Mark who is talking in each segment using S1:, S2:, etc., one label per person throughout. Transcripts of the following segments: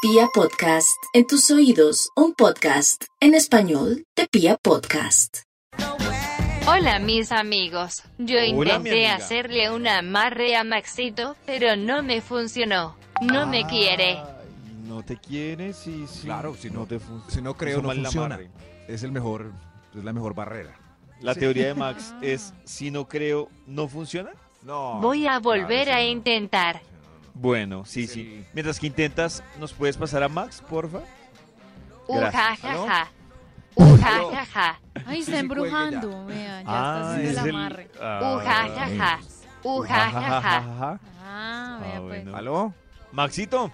S1: Pia Podcast, en tus oídos, un podcast en español de Pia Podcast.
S2: Hola mis amigos, yo
S3: Hola, mi
S2: intenté
S3: amiga.
S2: hacerle un amarre a Maxito, pero no me funcionó. No me
S3: Ay,
S2: quiere.
S3: No te quiere, sí, sí.
S4: Claro, si no-
S3: te fun-
S4: si no creo,
S3: hizo
S4: no
S3: mal la
S4: funciona.
S3: amarre.
S4: Es el mejor, es la mejor barrera.
S3: La teoría de Max es, si no creo, ¿no funciona?
S4: No.
S2: Voy a volver a intentar.
S3: Bueno, sí, sí,
S4: Sí.
S3: Mientras que intentas, ¿nos puedes pasar a Max, porfa?
S2: Uh,
S3: Gracias.
S2: Ujajaja. Uh, Ujajaja.
S5: Ay,
S4: Sí,
S5: está
S4: sí, cuelgue ya.
S5: embrujando. Vean, ya
S3: Ah,
S5: está haciendo el amarre.
S2: Uh, Ujajaja. Uh, Ujajaja.
S3: Ujajaja.
S5: Ah, vea,
S3: Ah,
S5: pues.
S3: bueno.
S4: ¿Aló?
S3: Maxito,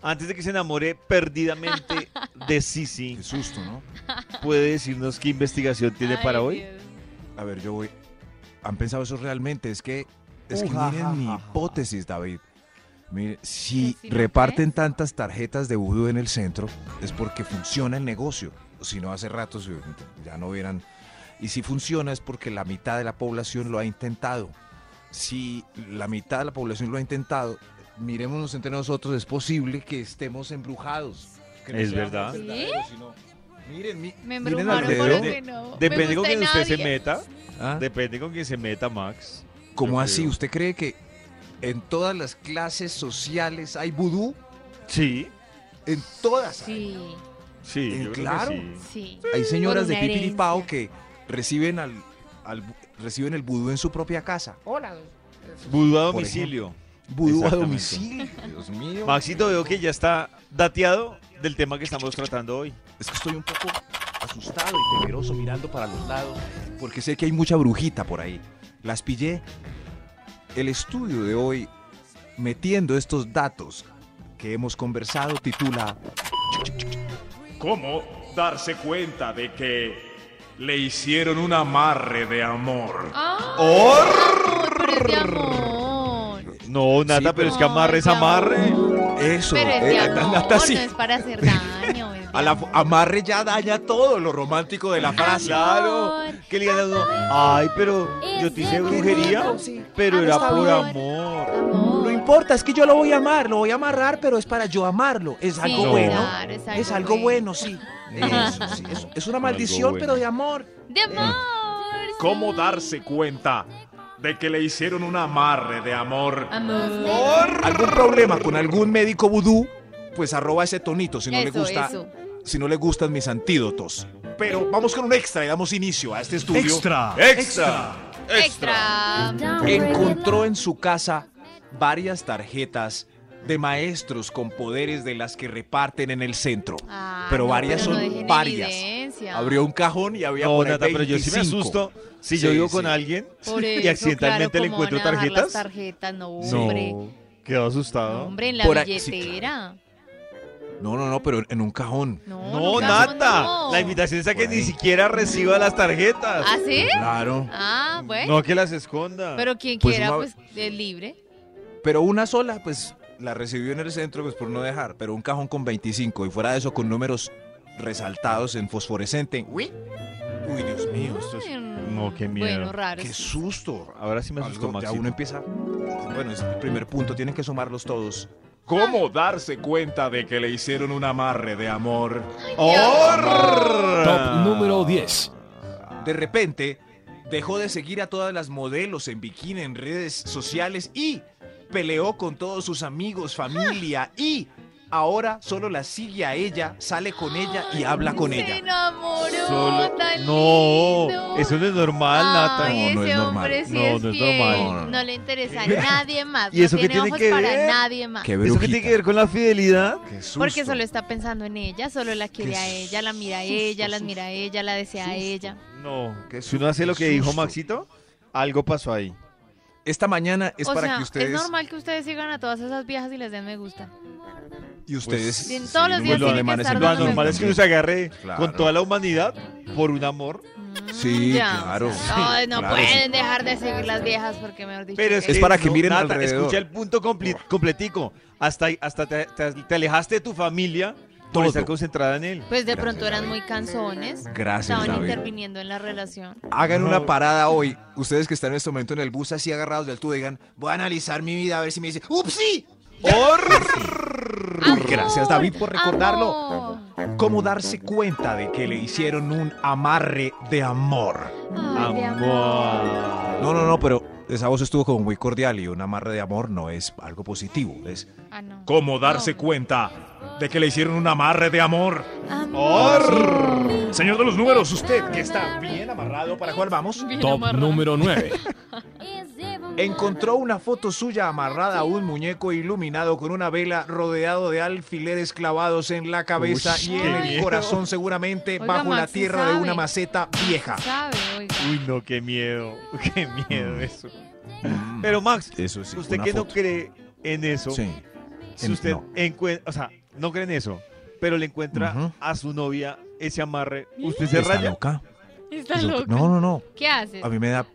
S3: antes de que se enamore perdidamente de Sisi,
S4: Qué susto, ¿no?
S3: ¿puede decirnos qué investigación tiene
S5: Ay,
S3: para hoy?
S5: Dios.
S4: A ver, yo voy. ¿Han pensado eso realmente? Es que, es que
S3: Ujajaja.
S4: miren mi hipótesis, David. Mire, si
S5: ¿Que si no
S4: reparten tantas tarjetas de vudú en el centro, es porque funciona el negocio. Si no, hace rato se- ya no hubieran. Y si funciona es porque la mitad de la población lo ha intentado. Si la mitad de la población lo ha intentado, mirémonos entre nosotros, es posible que estemos embrujados. Que no
S3: Es
S4: seamos
S3: verdad.
S5: ¿Sí?
S4: verdaderos, sino- Miren, mi-
S5: Me
S4: miren al
S5: embrujaron por
S4: dedo.
S3: alrededor.
S5: que no. me
S3: Depende con
S5: gusta
S3: quién usted se
S5: nadie.
S3: meta.
S4: Ah.
S3: Depende con quién se meta, Max.
S4: ¿Cómo
S3: Yo
S4: así?
S3: creo.
S4: ¿Usted cree que en todas las clases sociales hay vudú?
S3: Sí,
S4: En todas. hay.
S5: Sí,
S3: sí,
S4: Eh,
S3: yo creo que
S4: claro.
S3: sí.
S5: sí.
S4: Hay señoras
S5: Por
S4: de
S5: una
S4: pipiripao
S5: herencia.
S4: que reciben al, al vu- reciben el vudú en su propia casa.
S3: Vudú a
S4: Por
S3: domicilio.
S4: Vudú a
S3: Exactamente.
S4: domicilio. Dios mío.
S3: Maxito, veo que ya está dateado del tema que estamos tratando hoy.
S4: Es que estoy un poco asustado y temeroso mirando para los lados porque sé que hay mucha brujita por ahí. Las pillé. El estudio de hoy, metiendo estos datos que hemos conversado, titula
S6: ¿Cómo darse cuenta de que le hicieron un amarre de amor?
S5: Ah,
S3: ¡Or!
S5: pero es de amor.
S3: No, Nata,
S4: Sí,
S3: pero es que amarre es
S5: Ay, mi
S3: amarre.
S4: Eso.
S5: Pero es
S4: eh,
S5: de
S4: Nata,
S5: amor,
S4: Nata, sí.
S5: no es para hacer daño. es de
S4: A la
S5: amor.
S4: amarre ya daña todo lo romántico de la frase.
S3: Ah, Claro. Que le digan a uno, ay, pero yo te hice brujería,
S5: Ah,
S3: pero era por amor.
S5: Amor.
S7: No importa, es que yo lo voy a amar, lo voy a amarrar, pero es para yo amarlo. Es
S5: Sí,
S7: algo
S3: No.
S7: bueno.
S5: claro, es algo
S7: es algo bueno, sí.
S3: No.
S7: Eso, sí, eso. Es una
S3: Algo
S7: maldición,
S3: bueno.
S7: pero de amor.
S5: De amor.
S6: ¿Cómo
S5: sí.
S6: darse cuenta de que le hicieron un amarre de amor?
S5: Amor.
S4: ¿Algún problema con algún médico vudú? Pues arroba ese tonito si no le
S5: Eso,
S4: gusta.
S5: eso.
S4: Si no le gustan mis antídotos. Pero vamos con un extra y damos inicio a este estudio.
S3: ¡Extra!
S5: Extra.
S4: Encontró en su casa varias tarjetas de maestros con poderes de las que reparten en el centro.
S5: Ah,
S4: Pero
S5: no,
S4: varias
S5: pero no
S4: son
S5: dejen en
S4: varias.
S5: evidencia.
S4: Abrió un cajón y había
S3: No,
S4: por ahí
S3: Nata, pero yo sí me
S4: 25.
S3: asusto si yo
S4: Sí,
S3: vivo
S4: sí.
S3: con alguien
S5: Por
S3: y
S5: eso,
S3: accidentalmente
S5: claro,
S3: le
S5: ¿cómo
S3: encuentro
S5: van a bajar Las
S3: tarjetas.
S5: tarjetas, no, hombre.
S3: No, quedo
S5: No,
S3: asustado.
S5: Hombre, en la
S4: Por ahí- sí,
S5: billetera.
S4: No, no, no, pero en un cajón.
S5: No,
S3: No,
S5: nunca,
S3: Nata,
S5: no.
S3: la invitación es a que
S4: Por
S3: ni
S4: ahí.
S3: siquiera reciba las tarjetas.
S5: ¿Ah, sí?
S4: Claro.
S5: Ah, bueno.
S3: No que las esconda.
S5: Pero quien
S4: Pues
S5: quiera,
S4: una-
S5: pues, es libre.
S4: Pero una sola, pues la recibió en el centro, pues por no dejar. Pero un cajón con 25 y fuera de eso con números resaltados en fosforescente. Uy, uy Dios mío, esto es.
S5: Ay,
S3: No, qué miedo.
S5: Bueno, raro.
S4: ¡Qué susto!
S3: Ahora sí me asustó,
S4: Algo- ya
S3: Maxito.
S4: uno empieza. Bueno, es el primer punto, tienen que sumarlos todos.
S6: ¿Cómo darse cuenta de que le hicieron un amarre de amor?
S3: Top número 10.
S4: De repente, dejó de seguir a todas las modelos en bikini en redes sociales y peleó con todos sus amigos, familia y ahora solo la sigue a ella, sale con ella y habla con
S5: Se
S4: ella.
S5: enamoró,
S3: Solo...
S5: tan
S3: No,
S5: lindo.
S3: eso no es normal, Nata.
S4: No,
S5: Ay,
S4: no
S5: ese
S4: es normal.
S5: hombre sí
S3: No,
S5: es
S3: no es
S5: fiel.
S3: normal. No, no, no.
S5: No le interesa a nadie más.
S3: ¿Y
S5: no
S3: eso qué
S5: tiene,
S3: tiene
S5: ojos
S3: que
S5: para
S3: ver?
S5: nadie más.
S4: ¡Qué
S3: ¿Eso qué tiene que ver con la fidelidad?
S4: Qué
S5: Porque
S4: susto.
S5: solo está pensando en ella, solo la quiere a ella, la mira a ella, las mira a ella, la desea a ella.
S3: No.
S4: Qué
S3: Si uno hace
S4: susto,
S3: lo que
S4: qué
S3: dijo
S4: susto.
S3: Maxito, algo pasó ahí.
S5: Pues
S4: Esta mañana es
S5: o
S4: para
S5: sea,
S4: que ustedes
S5: es normal que ustedes sigan a todas esas viejas y les den me gusta.
S4: y ustedes
S5: Pues, Bien, todos los
S4: no
S5: días
S4: Pues lo
S5: tienen que
S4: alemanes
S5: estar
S4: en
S3: Lo
S5: dando me
S3: anormal es que uno se agarre
S4: Claro.
S3: con toda la humanidad por un amor.
S5: Mm,
S4: Sí,
S5: ya, o
S4: claro,
S5: sea, no,
S4: sí,
S5: no
S4: claro,
S5: pueden dejar de seguir las viejas porque mejor dicho.
S3: Pero
S5: que-
S4: Es para que miren
S3: Nata,
S4: alrededor.
S3: Escucha el punto compli- completico. Hasta, hasta te, te- te alejaste de tu familia por
S4: Todo.
S3: estar concentrada en él.
S5: Pues de
S4: Gracias,
S5: pronto eran
S4: David.
S5: muy canzones.
S4: Gracias,
S5: Estaban
S4: David.
S5: interviniendo en la relación.
S4: Hagan una parada hoy. Ustedes que están en este momento en el bus así agarrados del tú digan, voy a analizar mi vida a ver si me dice, ¡upsi!
S5: Amor,
S4: Gracias, David, por recordarlo.
S5: amor.
S4: ¿Cómo darse cuenta de que le hicieron un amarre de amor?
S5: Ay, de
S3: Amor.
S4: No, no, no, pero esa voz estuvo como muy cordial y un amarre de amor no es algo positivo. Es
S5: Ah, no.
S6: ¿Cómo darse cuenta de que le hicieron un amarre de amor?
S5: Amor.
S6: Señor de los números, usted que
S4: está bien amarrado. ¿Para cuál vamos?
S5: Bien
S8: Top
S5: amarrado.
S8: número 9.
S4: Encontró una foto suya amarrada a un muñeco iluminado con una vela rodeado de alfileres clavados en la cabeza
S3: Ush,
S4: y en
S3: qué
S4: el
S3: miedo.
S4: corazón seguramente
S5: Oiga,
S4: bajo la
S5: Max, sí
S4: tierra de
S5: sabe.
S4: una maceta vieja.
S5: Sabe, oiga.
S3: Uy, no, qué miedo. Qué miedo eso. Mm. Pero Max,
S4: Eso sí,
S3: usted
S4: una
S3: que no
S4: foto.
S3: cree en eso,
S4: Sí.
S3: si
S4: En-
S3: usted
S4: no.
S3: encuentra, o sea, no cree en eso, pero le encuentra
S4: Ujú.
S3: a su novia ese amarre,
S5: Mm.
S3: ¿usted se
S4: ¿Está
S3: raya?
S4: loca?
S5: Está
S4: Loca.
S5: loco.
S4: No, no, no.
S5: ¿Qué haces?
S4: A mí me da,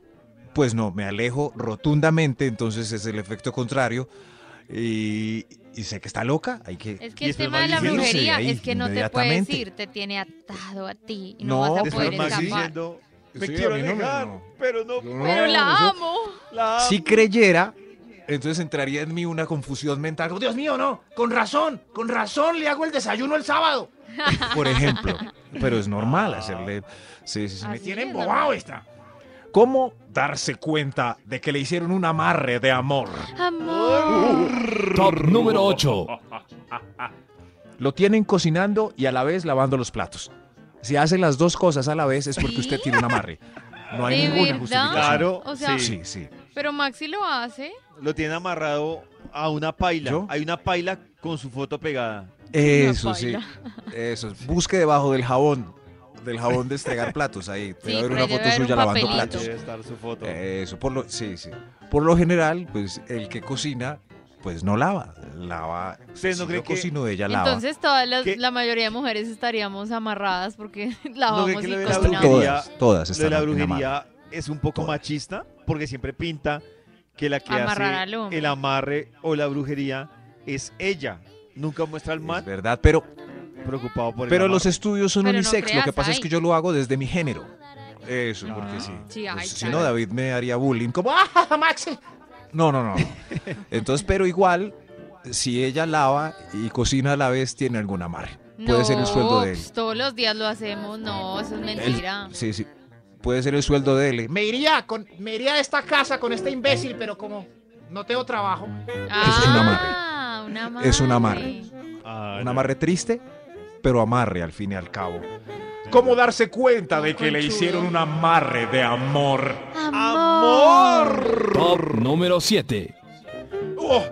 S4: pues no, me alejo rotundamente, entonces es el efecto contrario. Y, y sé que está loca, hay que...
S5: Es que este
S3: Y
S5: el
S3: después
S5: tema de
S3: va
S5: la
S3: diciendo,
S4: "Sí,
S5: brujería
S4: ahí,
S5: es que no te puedes
S4: inmediatamente".
S5: ir, te tiene atado a ti y
S4: No,
S5: no, vas a
S4: después
S5: poder
S3: Después Max
S5: escapar.
S3: diciendo, me
S4: Sí, a
S3: quiero
S4: mí no me-
S3: alejar,
S4: no.
S3: pero no,
S5: Pero la amo.
S3: la amo.
S4: Si creyera, entonces entraría en mí una confusión mental. como, Dios mío, no, con razón, con razón le hago el desayuno el sábado. Por ejemplo. Pero es normal hacerle... Sí, sí, sí, me
S5: Así
S4: tiene
S5: es,
S4: embobado esta. ¿Cómo darse cuenta de que le hicieron un amarre de amor?
S5: Amor.
S8: Top número 8.
S4: Lo tienen cocinando y a la vez lavando los platos. Si hace las dos cosas a la vez es porque
S5: ¿Sí?
S4: usted tiene un amarre. No hay
S5: ¿De
S4: ninguna
S5: verdad?
S4: justificación.
S3: Claro,
S5: Ah, O sea,
S3: sí.
S4: Sí, sí.
S5: Pero Maxi lo hace.
S3: Lo tiene amarrado a una paila.
S4: ¿Yo?
S3: Hay una paila con su foto pegada.
S4: Eso sí.
S5: paila.
S4: Eso. Busque debajo del jabón. Del jabón de estregar platos. Ahí te
S5: Sí,
S4: va a ver
S5: por
S4: una
S5: ahí debe
S4: foto
S5: haber un
S4: suya lavando
S5: papelito.
S4: platos. Eh,
S3: Debe estar su foto.
S4: Eso, por lo, sí, sí. Por lo general, pues el que cocina, pues no lava. Lava.
S3: ¿Ustedes no
S4: si
S3: creen
S4: yo
S3: que-
S4: cocino, ella lava.
S5: Entonces todas las,
S3: ¿Qué?
S5: la mayoría de mujeres estaríamos amarradas porque
S3: ¿No
S5: lavamos
S3: cree que lo
S5: y
S3: de la
S5: cocinamos.
S3: brujería,
S4: Pues, todas, todas
S3: lo
S4: están
S3: de la
S4: en mano.
S3: brujería es un poco
S4: Todas.
S3: machista porque siempre pinta que la que
S5: Amarrar al
S3: hace
S5: hombre.
S3: el amarre o la brujería es ella. Nunca muestra al
S4: Es
S3: man
S4: verdad, pero,
S3: preocupado por el
S4: pero
S3: amarre.
S4: los estudios son
S5: Pero no
S4: unisex. lo que
S5: creas,
S4: pasa es
S5: ay.
S4: que yo lo hago desde mi género. Eso,
S3: Ah.
S4: porque sí.
S5: Sí, ay,
S4: Pues, si
S5: claro.
S4: no, David me haría bullying. Como, ¡ah, Maxi! No, no, no. Entonces, pero igual, si ella lava y cocina a la vez, tiene algún amarre. Puede ser el sueldo de él.
S5: pues, todos los días lo hacemos, no, eso es
S4: El-
S5: mentira.
S4: sí, sí. Puede ser el sueldo de él.
S9: Me iría, con, me iría de esta casa con este imbécil, pero como no tengo trabajo.
S4: es un amarre.
S5: Ah, un amarre.
S4: Es un amarre.
S3: Ah,
S4: Un
S3: no.
S4: amarre triste, pero amarre al fin y al cabo. ¿Cómo darse cuenta de
S6: De que le hicieron un amarre de amor.
S5: Amor.
S8: Top número 7.
S4: Oh,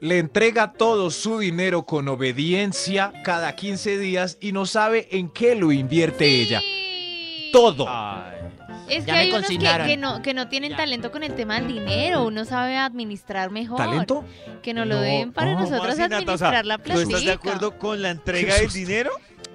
S4: le entrega todo su dinero con obediencia cada 15 días y no sabe en qué lo invierte ella?
S5: Sí.
S4: Todo.
S3: Ay,
S5: Es que
S9: Ya me
S5: hay unos que,
S9: consignaron.
S5: que no, que no tienen talento con el tema del dinero, uno sabe administrar mejor.
S4: Ah, ¿Talento?
S5: Que nos lo
S4: No,
S5: den para
S4: no.
S5: nosotros
S3: ¿Cómo así, Nata? O
S5: administrar
S3: sea,
S5: la
S3: ¿Tú
S5: platica.
S3: estás de acuerdo con la entrega
S4: Qué
S3: del
S4: susto.
S3: dinero?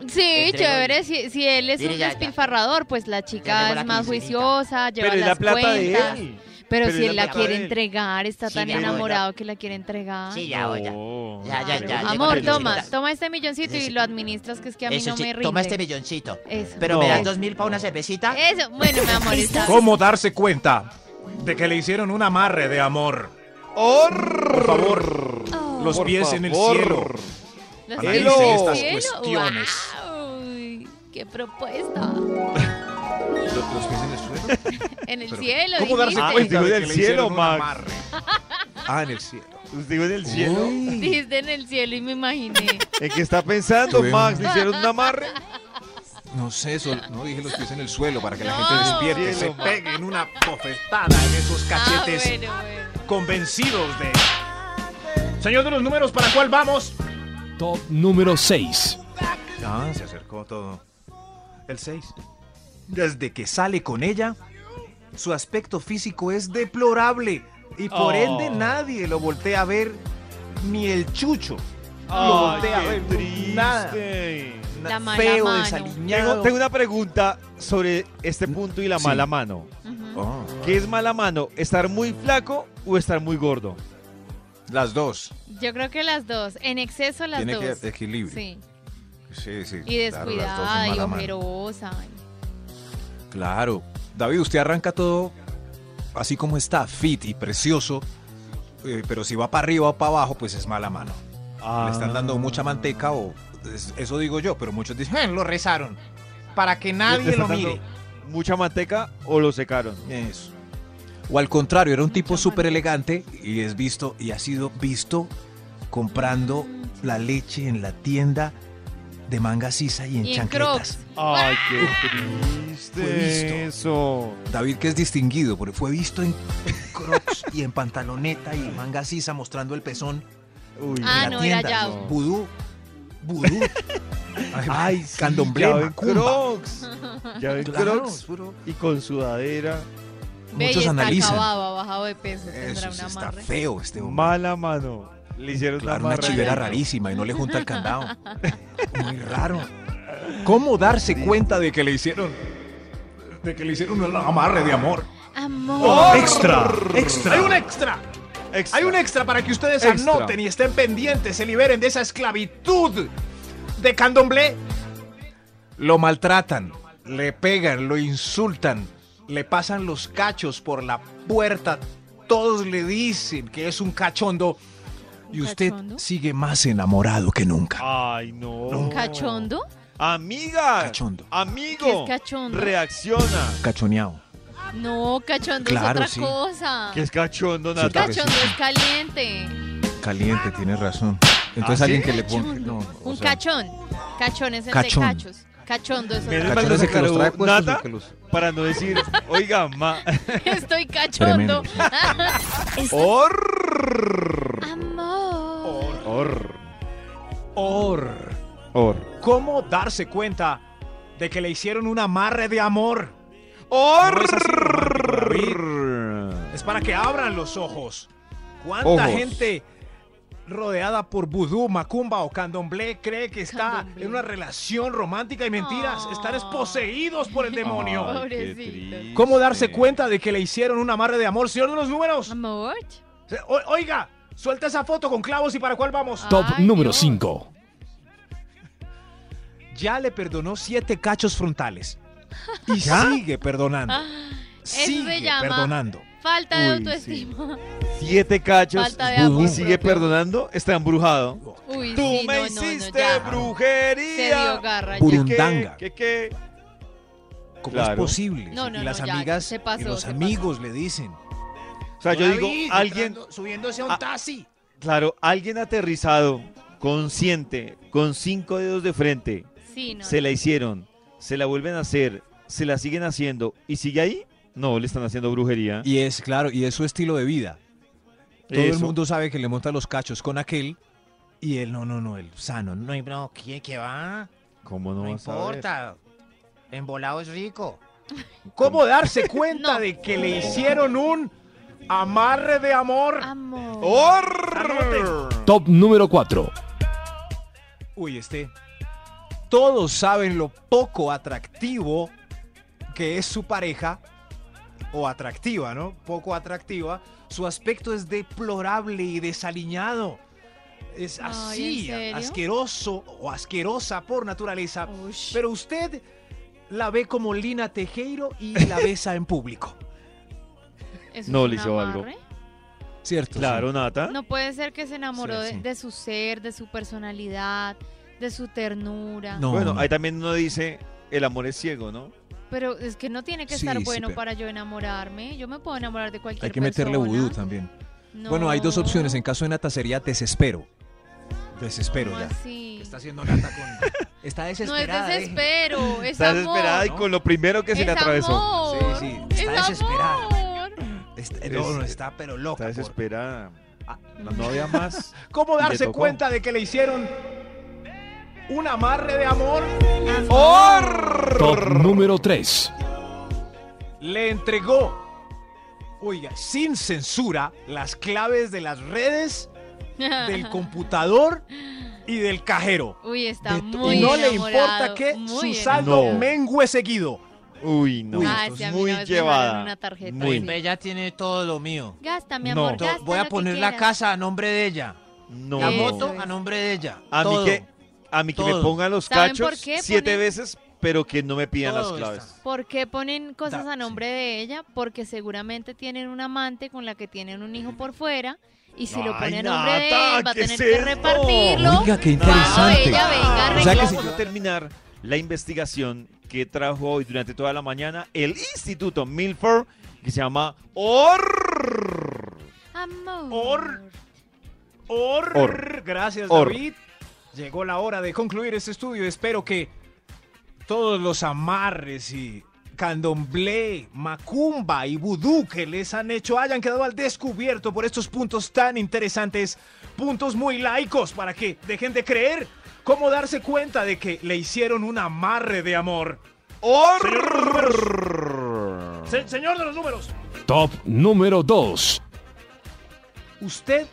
S5: Sí,
S9: Entrego.
S5: chévere, si, si él es
S9: Mire,
S5: un
S9: ya, ya.
S5: despilfarrador, pues la
S9: Ya
S5: chica
S9: llegó la
S5: es más
S9: quincenita.
S5: juiciosa, lleva
S3: Pero es
S5: las
S3: la plata
S5: cuentas.
S3: de él.
S5: Pero,
S3: Pero
S5: si
S3: es
S5: él
S3: la
S5: la
S3: plata
S5: quiere
S3: de él.
S5: entregar, está
S9: Sí,
S5: tan
S9: ya, ya.
S5: enamorado que la quiere entregar.
S9: Sí, ya, ya.
S3: No.
S9: Ya, ya, ya. llegó
S5: Amor,
S9: la
S5: toma,
S9: quincenita.
S5: toma este milloncito
S9: Sí,
S5: y
S9: sí.
S5: lo administras, que es que a mí
S9: Eso
S5: no
S9: sí,
S5: me rinde.
S9: toma este milloncito.
S5: Eso.
S9: Pero me
S3: No.
S9: das dos mil para una cervecita.
S4: Eh,
S5: Eso, bueno, mi amor, está bien.
S4: ¿Cómo darse cuenta de que le hicieron un amarre de amor? Por favor,
S5: Oh,
S4: los
S3: Por
S4: pies en el
S3: favor.
S4: cielo.
S5: los
S4: analicen
S5: pies en el
S4: estas
S5: cielo.
S4: cuestiones.
S5: ¡Guau! ¡Qué propuesta!
S4: ¿Los, los pies en el suelo?
S5: En el
S4: Pero,
S5: cielo,
S4: ¿Cómo darse
S5: dijiste.
S3: cuenta?
S4: de
S3: Digo,
S4: que
S3: del
S4: le
S3: cielo,
S4: hicieron un
S3: Max.
S4: amarre? Ah, en el cielo.
S3: ¿Usted Pues digo en el cielo?
S5: Dijiste en el cielo y me imaginé.
S3: ¿En qué está pensando,
S4: Tuvimos-
S3: Max? ¿Le hicieron un amarre?
S4: No sé, eso, no dije los pies en el suelo para que la
S5: No.
S4: gente despierte,
S3: Cielo,
S4: se
S3: Max.
S4: pegue en una bofetada en esos
S5: Ah,
S4: cachetes.
S5: bueno, bueno.
S4: convencidos de. Señor de los números, ¿para cuál vamos?
S8: Top número 6.
S4: Ah, se acercó todo. El 6. Desde que sale con ella, su aspecto físico es deplorable y por
S3: Oh.
S4: ende nadie lo voltea a ver, ni el chucho. lo
S3: Ay,
S4: voltea a
S3: qué
S4: ver.
S3: triste.
S4: Nada.
S5: La
S4: Na-
S5: mala
S4: Feo,
S5: mano.
S3: Tengo,
S4: desaliñado.
S3: tengo una pregunta sobre este punto y la
S4: Sí.
S3: mala mano.
S5: Ujú.
S4: Oh,
S3: ¿Qué es mala mano? ¿Estar muy flaco o estar muy gordo?
S4: las dos.
S5: Yo creo que las dos. En exceso las
S4: Tiene
S5: dos.
S4: que equilibrio.
S5: Sí.
S4: Sí, sí.
S5: Y
S4: claro, las dos
S5: descuidada
S4: en
S5: y
S4: mala mano.
S5: ojerosa.
S4: Claro. David, usted arranca todo así como está, fit y precioso, eh, pero si va para arriba o para abajo, pues es mala mano. Le están dando mucha manteca o es- eso digo yo, pero muchos dicen, "Eh, lo rezaron.
S9: Para que
S3: Le
S9: nadie
S3: están
S9: lo
S3: dando
S9: mire.
S3: ¿Mucha manteca o lo secaron?
S4: Eso. O al contrario, era un tipo súper elegante y es visto y ha sido visto comprando la leche en la tienda de manga sisa y en
S5: Y en
S4: chancletas.
S5: Crocs.
S3: Ay, qué
S4: Fue visto.
S3: triste eso.
S4: David, que es distinguido, porque fue visto en crocs y en pantaloneta y en manga sisa mostrando el pezón.
S3: Uy,
S5: Ah,
S4: en la
S5: no, era
S4: tienda.
S5: Yao.
S4: Vudú. Vudú.
S3: Ay, sí,
S4: candomblé,
S3: ya ven
S4: macumba.
S3: Crocs. Ya ven
S4: Claro,
S3: Crocs.
S4: puro-
S3: Y con sudadera.
S5: Ve, y
S4: Muchos
S5: está
S4: analizan.
S5: acabado, ha bajado de peso. Tendrá
S4: Eso sí
S5: una
S4: está
S5: amarre.
S4: feo este hombre.
S3: Mala mano. Le hicieron
S4: Claro, una
S3: amarra.
S4: chivera rarísima y no le junta el candado. Muy raro. ¿Cómo darse cuenta de que le hicieron?
S6: De que le hicieron un amarre de amor.
S5: Amor.
S6: Extra, extra.
S9: Hay un extra.
S3: Extra.
S9: Hay un extra para que ustedes
S3: Extra.
S9: anoten y estén pendientes, se liberen de esa esclavitud de candomblé.
S4: Lo maltratan, le pegan, lo insultan, le pasan los cachos por la puerta. Todos le dicen que es un cachondo y
S5: ¿Un
S4: usted
S5: cachondo?
S4: sigue más enamorado que nunca.
S3: Ay, no.
S5: ¿Un cachondo?
S3: Amiga.
S4: Cachondo.
S3: Amigo.
S5: ¿Qué es cachondo?
S3: Reacciona.
S4: Cachoneado.
S5: No, cachondo
S4: Claro,
S5: es otra
S4: sí.
S5: cosa.
S3: Que es cachondo,
S4: Sí,
S3: Nata.
S4: claro.
S5: Cachondo es caliente.
S4: Caliente, tienes razón. Entonces
S3: ¿Ah,
S4: alguien
S3: sí?
S4: que le ponga...
S5: Cachondo.
S4: no, o
S5: Un
S4: sea,
S5: cachón. Cachón es el
S4: Cachón.
S5: de cachos. Cachondo es
S3: Menos
S5: otra
S3: mal
S4: Cachón es el que los trae
S3: Nata.
S4: puestos, el que los-
S3: Para no decir, oiga, ma.
S5: Estoy
S4: Tremendo.
S5: cachondo. Amor.
S3: Or.
S9: Or.
S3: Or.
S9: ¿Cómo darse cuenta de que le hicieron un amarre de amor? No es así romántico, David. Es para que abran los ojos. ¿Cuánta
S3: Ojos.
S9: gente rodeada por vudú, macumba o candomblé cree que está
S5: Candomblé.
S9: en una relación romántica y mentiras?
S5: Ah.
S9: Están es poseídos por el demonio.
S5: Ay,
S9: ¿Cómo darse cuenta de que le hicieron un amarre de amor? Señor de los números.
S5: Amor.
S9: O- oiga, suelta esa foto con clavos y para cuál vamos.
S8: Top
S5: Ay,
S8: número
S5: Dios.
S8: 5.
S4: ya le perdonó siete cachos frontales. Y sigue perdonando.
S5: Ah, se
S4: sigue
S5: llama-
S4: perdonando.
S5: Falta de
S3: Uy, sí.
S5: autoestima.
S3: Siete cachos.
S5: Falta de amor
S3: Y sigue
S5: propio.
S3: perdonando. Está embrujado.
S4: Oh,
S5: Uy,
S3: Tú
S5: sí,
S3: me
S5: no, no, no,
S3: hiciste
S5: ya. Se dio
S3: brujería.
S5: garra.
S4: Puro-
S5: ya.
S4: Burundanga.
S3: ¿Qué, qué?
S4: ¿Cómo
S3: Claro.
S4: es posible?
S5: No, no,
S4: y las
S5: no, ya,
S4: amigas
S5: se pasó,
S4: y los
S5: se pasó.
S4: amigos le dicen.
S3: O sea, yo
S9: David,
S3: digo, alguien,
S9: entrando- subiéndose a un
S3: Ah.
S9: taxi.
S3: claro, alguien aterrizado, consciente, con cinco dedos de frente,
S5: Sí, no.
S3: se la hicieron, se la vuelven a hacer, se la siguen haciendo y sigue ahí. No, le están haciendo brujería.
S4: Y es, claro, y es su estilo de vida. Todo el
S3: Eso.
S4: mundo sabe que le monta los cachos con aquel. Y él, no, no, no, el sano. No hay no, ¿qué, qué va?
S3: ¿Cómo no, vas a ver?
S4: Embolado es rico.
S9: ¿Cómo darse cuenta
S5: No.
S9: de que le hicieron un amarre de amor?
S5: Amor.
S4: Oh.
S9: Anoten.
S8: Top número 4.
S4: Uy, este. Todos saben lo poco atractivo que es su pareja. O atractiva, ¿no? Poco atractiva. Su aspecto es deplorable y desaliñado. Es
S5: Ay, ¿en
S4: así,
S5: serio?
S4: asqueroso o asquerosa por naturaleza.
S5: Ush.
S4: Pero usted la ve como Lina Tejero y la besa en público.
S5: ¿Eso
S3: No,
S5: es
S3: le
S5: un
S3: hizo algo.
S5: amarre?
S4: ¿Cierto?
S3: Claro,
S4: ¿Ah?
S3: Nata.
S5: No puede ser que se enamoró
S4: Sí,
S5: de-
S4: sí.
S5: De, su ser, de su personalidad, de su ternura.
S4: No,
S3: bueno,
S4: no.
S3: ahí también uno dice, el amor es ciego, ¿no?
S5: Pero es que no tiene que
S4: Sí,
S5: estar
S4: sí,
S5: bueno
S4: pero-
S5: para yo enamorarme. Yo me puedo enamorar de cualquier
S4: Hay que meterle
S5: persona.
S4: vudú también. Bueno, hay dos
S5: No.
S4: opciones. En caso de Nata sería desespero. Desespero
S5: ¿Cómo
S4: ya.
S5: así?
S4: haciendo Nata con... Está
S5: No es
S4: desesperada. eh.
S9: eh.
S4: deje.
S5: desespero, es
S3: Está
S5: amor.
S3: desesperada y
S4: ¿no?
S3: con lo primero que se
S5: Es
S3: le atravesó.
S5: amor,
S4: Sí, sí, está
S5: es
S4: desesperada.
S5: amor.
S4: Está- no, no,
S3: Es-
S4: está pero
S3: Está
S4: loca. por-
S3: desesperada.
S4: Ah,
S3: No, no había más.
S9: ¿Cómo
S3: Le
S9: darse
S3: tocó.
S9: cuenta de que le hicieron un amarre de amor?
S8: Top número 3.
S9: Le entregó, oiga, sin censura, las claves de las redes, del computador y del cajero.
S5: Uy, está
S4: de to-
S5: muy
S9: y no le
S5: enamorado,
S9: importa que
S5: muy
S9: su saldo
S3: enamorado.
S9: mengue seguido.
S3: Uy, no.
S5: enamorado.
S4: Uy,
S5: Ah,
S4: esto
S5: sí,
S4: es
S5: a mí
S3: muy
S5: una vez me
S3: llevada.
S5: mandaron una tarjeta.
S3: Muy.
S5: así.
S4: Ella tiene todo lo mío.
S5: Gasta, mi
S3: No.
S5: amor,
S4: To-
S5: gasta
S4: Voy
S5: lo
S4: a
S5: que
S4: poner la
S5: quieras.
S4: casa a nombre de ella.
S3: No.
S4: La
S5: Eso
S4: moto
S5: es.
S4: a nombre de ella.
S3: A mí
S4: Todo.
S3: que, a mí que me
S4: Todo.
S3: pongan los
S5: ¿Saben
S3: cachos
S5: por qué?
S3: siete
S5: Ponen-
S3: veces pero que no me pidan las
S4: Todo
S3: claves.
S4: está.
S5: ¿Por qué ponen cosas
S4: Da-
S5: a nombre de ella? Porque seguramente tienen un amante con la que tienen un hijo por fuera. Y si lo
S3: Ay,
S5: pone a nombre de
S3: Nata,
S5: él, va a
S3: ¿qué
S5: tener
S3: es
S5: que
S3: esto?
S5: repartirlo.
S10: Oiga, qué
S5: Cuando
S10: interesante.
S5: ella venga
S3: O sea
S5: a
S3: que
S5: reclamar.
S3: vamos a terminar la investigación que trajo hoy durante toda la mañana el Instituto Milford, que se llama OR.
S5: Amor.
S4: Or- Or,
S3: Or.
S4: gracias
S3: Or.
S4: David. Llegó la hora de concluir este estudio. Espero que todos los amarres y candomblé, macumba y vudú que les han hecho hayan quedado al descubierto por estos puntos tan interesantes, puntos muy laicos para que dejen de creer cómo darse cuenta de que le hicieron un amarre de amor. Señor de los números. Se- señor de los números.
S8: Top número 2.
S4: Usted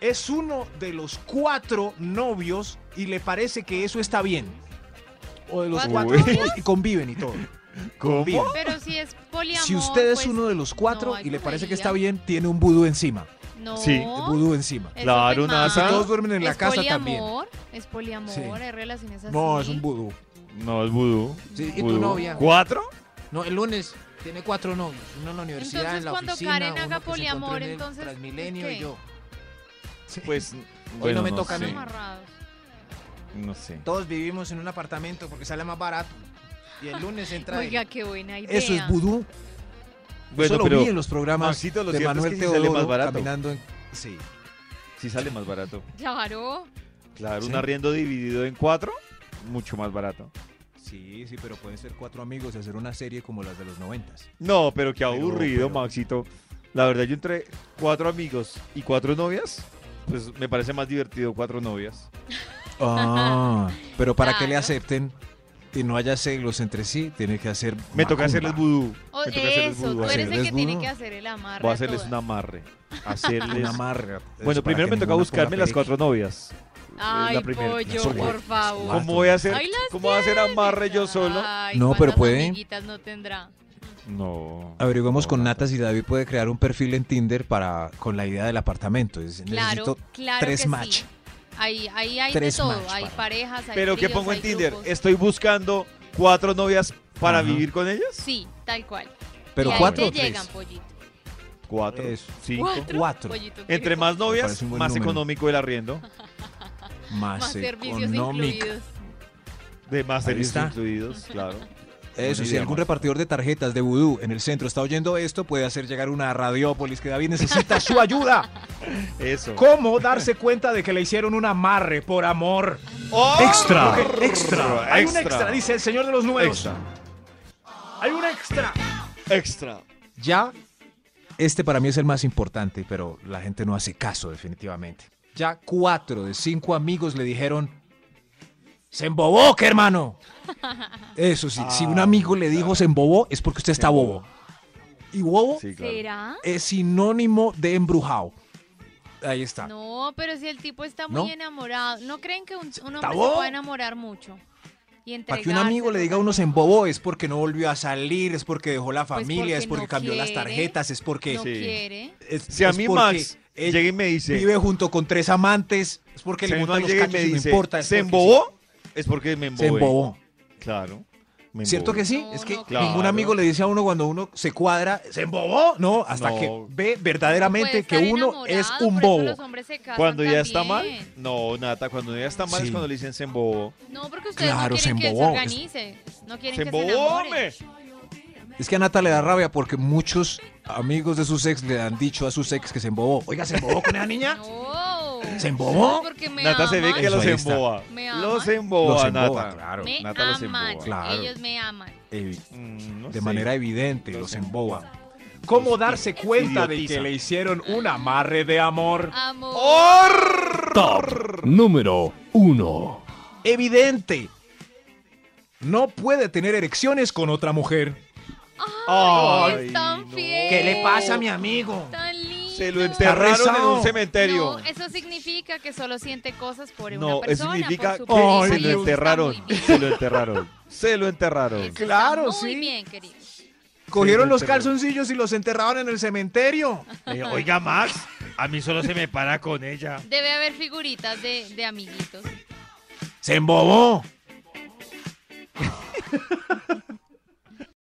S4: es uno de los cuatro novios y le parece que eso está bien. O de los
S5: ¿Cuatro
S4: cuatro
S5: novios?
S4: novios y conviven y todo. Conviven.
S5: Pero si es poliamor.
S4: Si usted es
S5: pues,
S4: uno de los cuatro
S5: no hay
S4: y le parece que
S5: brujería.
S4: está bien, tiene un vudú encima.
S5: No.
S3: Sí,
S4: Vudú encima.
S5: eso
S3: Claro,
S5: es
S3: Nata.
S5: mal.
S4: Todos duermen en la
S5: Es
S4: casa
S5: poliamor, Es poliamor,
S4: Sí.
S5: hay relaciones así.
S4: No, es un vudú.
S3: No, es vudú.
S9: Sí, ¿Y
S3: Vudú.
S9: tu novia?
S3: ¿Cuatro?
S9: No, el lunes tiene cuatro novios. Uno en la universidad,
S5: Entonces,
S9: en la
S5: cuando
S9: oficina,
S5: Karen
S9: uno
S5: haga
S9: que se encontró
S5: poliamor,
S9: en el
S5: entonces,
S9: Transmilenio y
S5: ¿qué?
S9: yo.
S3: Pues.
S9: Hoy
S3: bueno,
S9: no me toca a
S5: Están
S9: mí.
S3: sé,
S5: amarrados.
S3: No sé.
S9: Todos vivimos en un apartamento porque sale más barato. Y el lunes entra él.
S5: Oiga, qué buena idea.
S4: Eso es vudú.
S3: Bueno,
S4: eso lo
S3: pero
S4: vi en los programas
S3: Maxito, lo
S4: de
S3: cierto es
S4: Manuel
S3: que sí sale
S4: Teodoro
S3: más barato.
S4: caminando en- Sí.
S3: si sale más barato.
S5: Claro.
S3: Claro,
S4: Sí.
S3: un arriendo dividido en cuatro, mucho más barato.
S4: Sí, sí, pero pueden ser cuatro amigos y hacer una serie como las de los noventas.
S3: No, pero qué
S4: Pero,
S3: aburrido,
S4: pero-
S3: Maxito. La verdad, yo entre cuatro amigos y cuatro novias, pues me parece más divertido cuatro novias.
S4: Ah, pero para que le
S5: Claro.
S4: acepten y no haya celos entre sí, tiene que hacer.
S3: Me toca
S4: macumba.
S3: hacerles vudú.
S5: O-
S3: me toca hacerles
S5: eso, tú
S3: vudú.
S5: eres el
S4: Hacerles
S5: que tiene
S4: vudú.
S5: que hacer el amarre.
S3: Voy a
S5: a
S3: hacerles un
S5: todas.
S3: amarre. Hacerles...
S4: Una amarra. Es
S3: Bueno,
S4: para
S3: primero me
S4: que
S3: toca
S4: ninguna
S3: buscarme
S4: ponga
S3: las
S4: pereje.
S3: cuatro novias.
S5: Ay,
S3: la primera.
S5: pollo,
S4: Las
S5: por
S4: cuatro.
S5: favor.
S3: ¿Cómo voy a hacer,
S5: Ay, las
S3: ¿cómo voy a hacer amarre yo solo?
S5: Ay,
S4: No, pero
S5: ¿cuántas
S4: puede.
S5: amiguitas no tendrá.
S3: No.
S4: Averiguamos
S3: Oh, No,
S4: con
S3: no.
S4: Nata si David puede crear un perfil en Tinder para con la idea del apartamento. Es-
S5: Claro,
S4: necesito
S5: claro
S4: tres
S5: que
S4: match.
S5: sí. Ahí, ahí hay
S4: Tres
S5: de todo,
S4: match
S5: hay
S4: para-
S5: parejas, hay
S3: Pero ¿qué
S5: tríos,
S3: pongo en
S5: hay
S3: Tinder?
S5: grupos.
S3: ¿Estoy buscando cuatro novias para
S4: Ajá.
S3: vivir con ellas?
S5: Sí, tal cual.
S4: Pero
S5: y ahí
S4: cuatro
S5: te
S4: o tres.
S5: llegan, pollito.
S3: Cuatro.
S4: Eso.
S3: Cinco.
S4: Cuatro.
S5: Pollito,
S3: Entre
S5: quiere
S3: más
S5: co-
S4: Me
S3: novias,
S4: parece un buen
S3: más
S4: número.
S3: económico el arriendo.
S4: Más,
S5: más servicios
S4: económico.
S5: incluidos.
S3: De más
S4: Ahí
S3: servicios
S4: está.
S3: incluidos, claro.
S4: Eso,
S3: Buena
S4: si
S3: idea,
S4: algún
S3: Max.
S4: repartidor de tarjetas de vudú en el centro está oyendo esto, puede hacer llegar una radiópolis que David necesita su ayuda.
S3: Eso.
S4: ¿Cómo darse cuenta de que le hicieron un amarre por amor?
S3: Oh, Extra,
S4: extra, Hay un extra, dice el señor de los números.
S3: Extra.
S4: Hay un extra.
S3: Extra.
S4: Ya, este para mí es el más importante, pero la gente no hace caso definitivamente. Ya cuatro de cinco amigos le dijeron, se embobó, que hermano. Eso sí, si
S3: Ah,
S4: un amigo le dijo se embobó, es porque usted está bobo. Y bobo
S3: Sí, claro.
S5: ¿Será?
S4: es sinónimo de embrujado. Ahí está.
S5: No, pero si el tipo está muy
S4: ¿No?
S5: enamorado, ¿no creen que un, un hombre
S4: ¿Tabó?
S5: se puede enamorar mucho? Y
S4: Para que un amigo le diga a uno se embobó es porque no volvió a salir, es porque dejó la familia, es
S5: Pues
S4: porque
S5: porque no
S4: cambió las
S5: quiere.
S4: tarjetas, es porque...
S5: no
S3: sí.
S5: quiere.
S4: es-
S3: Si a
S4: es
S3: mí
S4: porque
S3: Max
S4: él-
S3: llega y me dice,
S4: vive junto con tres amantes. Es porque
S3: si
S4: le
S3: a mí Max
S4: montan los
S3: llega y
S4: cachos
S3: me
S4: y no
S3: dice,
S4: importa. es
S3: ¿se
S4: porque sí.
S3: embobó? Es porque me embobé.
S4: Se embobó.
S3: Claro. me
S4: ¿Cierto
S3: embobé.
S4: que sí?
S5: No,
S4: es que
S5: no
S3: creo.
S4: ningún amigo
S3: Claro.
S4: le dice a uno cuando uno se cuadra, ¿se embobó? No, hasta
S3: No.
S4: que ve
S5: Puede
S4: verdaderamente que
S5: estar
S4: uno es
S5: enamorado,
S4: un
S5: por eso
S4: bobo.
S5: Los hombres se casan
S3: Cuando ya está mal.
S5: también.
S3: No, Nata, cuando ya está mal es
S4: Sí.
S3: cuando le dicen se embobó.
S5: No, porque ustedes
S4: Claro,
S5: no
S4: se
S5: quieren que él se
S4: embobó.
S5: organice. No quieren
S3: ¡Se
S5: que se
S3: embobó,
S5: enamore.
S3: hombre!
S4: Es que a Nata le da rabia porque muchos amigos de sus ex le han dicho a sus ex que se embobó. Oiga, ¿se embobó con esa niña?
S5: No.
S4: ¿Se embobó?
S5: Porque me
S3: Nata se ve
S5: aman.
S3: que los
S4: Eso ahí está.
S3: emboba.
S5: Me
S3: Los
S5: aman.
S4: Los
S3: emboba,
S4: emboba,
S3: Nata.
S4: claro.
S5: Me
S3: Nata los
S5: aman.
S3: emboba.
S4: Claro.
S5: Ellos me aman.
S4: Eh,
S3: Mm, no
S4: de
S3: sé.
S4: manera evidente,
S3: Los
S4: los emboba. ¿Cómo darse
S3: cuenta de que le
S4: hicieron un amarre de amor?
S5: Amor.
S8: Top número 1.
S4: Evidente. No puede tener erecciones con otra mujer.
S5: Ay,
S3: Ay,
S5: es tan
S3: no.
S5: fiel.
S9: ¿Qué le pasa a mi amigo?
S5: Tan lindo.
S3: Se lo enterraron en
S4: rezado.
S3: un cementerio.
S5: No, eso significa que solo siente cosas por
S3: No,
S5: una persona.
S3: eso significa
S5: por su
S3: que
S5: pareja,
S4: Ay,
S5: y
S3: se
S5: eso
S3: lo
S5: está
S3: enterraron.
S5: muy bien.
S3: Se lo enterraron. Se lo enterraron.
S5: Eso está
S4: Claro,
S5: Muy
S4: sí.
S5: bien, queridos.
S4: Cogieron
S3: Sí,
S4: los
S3: pero-
S4: calzoncillos y los enterraron en el cementerio.
S3: Oiga, Max, a mí solo se me para con ella.
S5: Debe haber figuritas de, de amiguitos.
S4: Se embobó.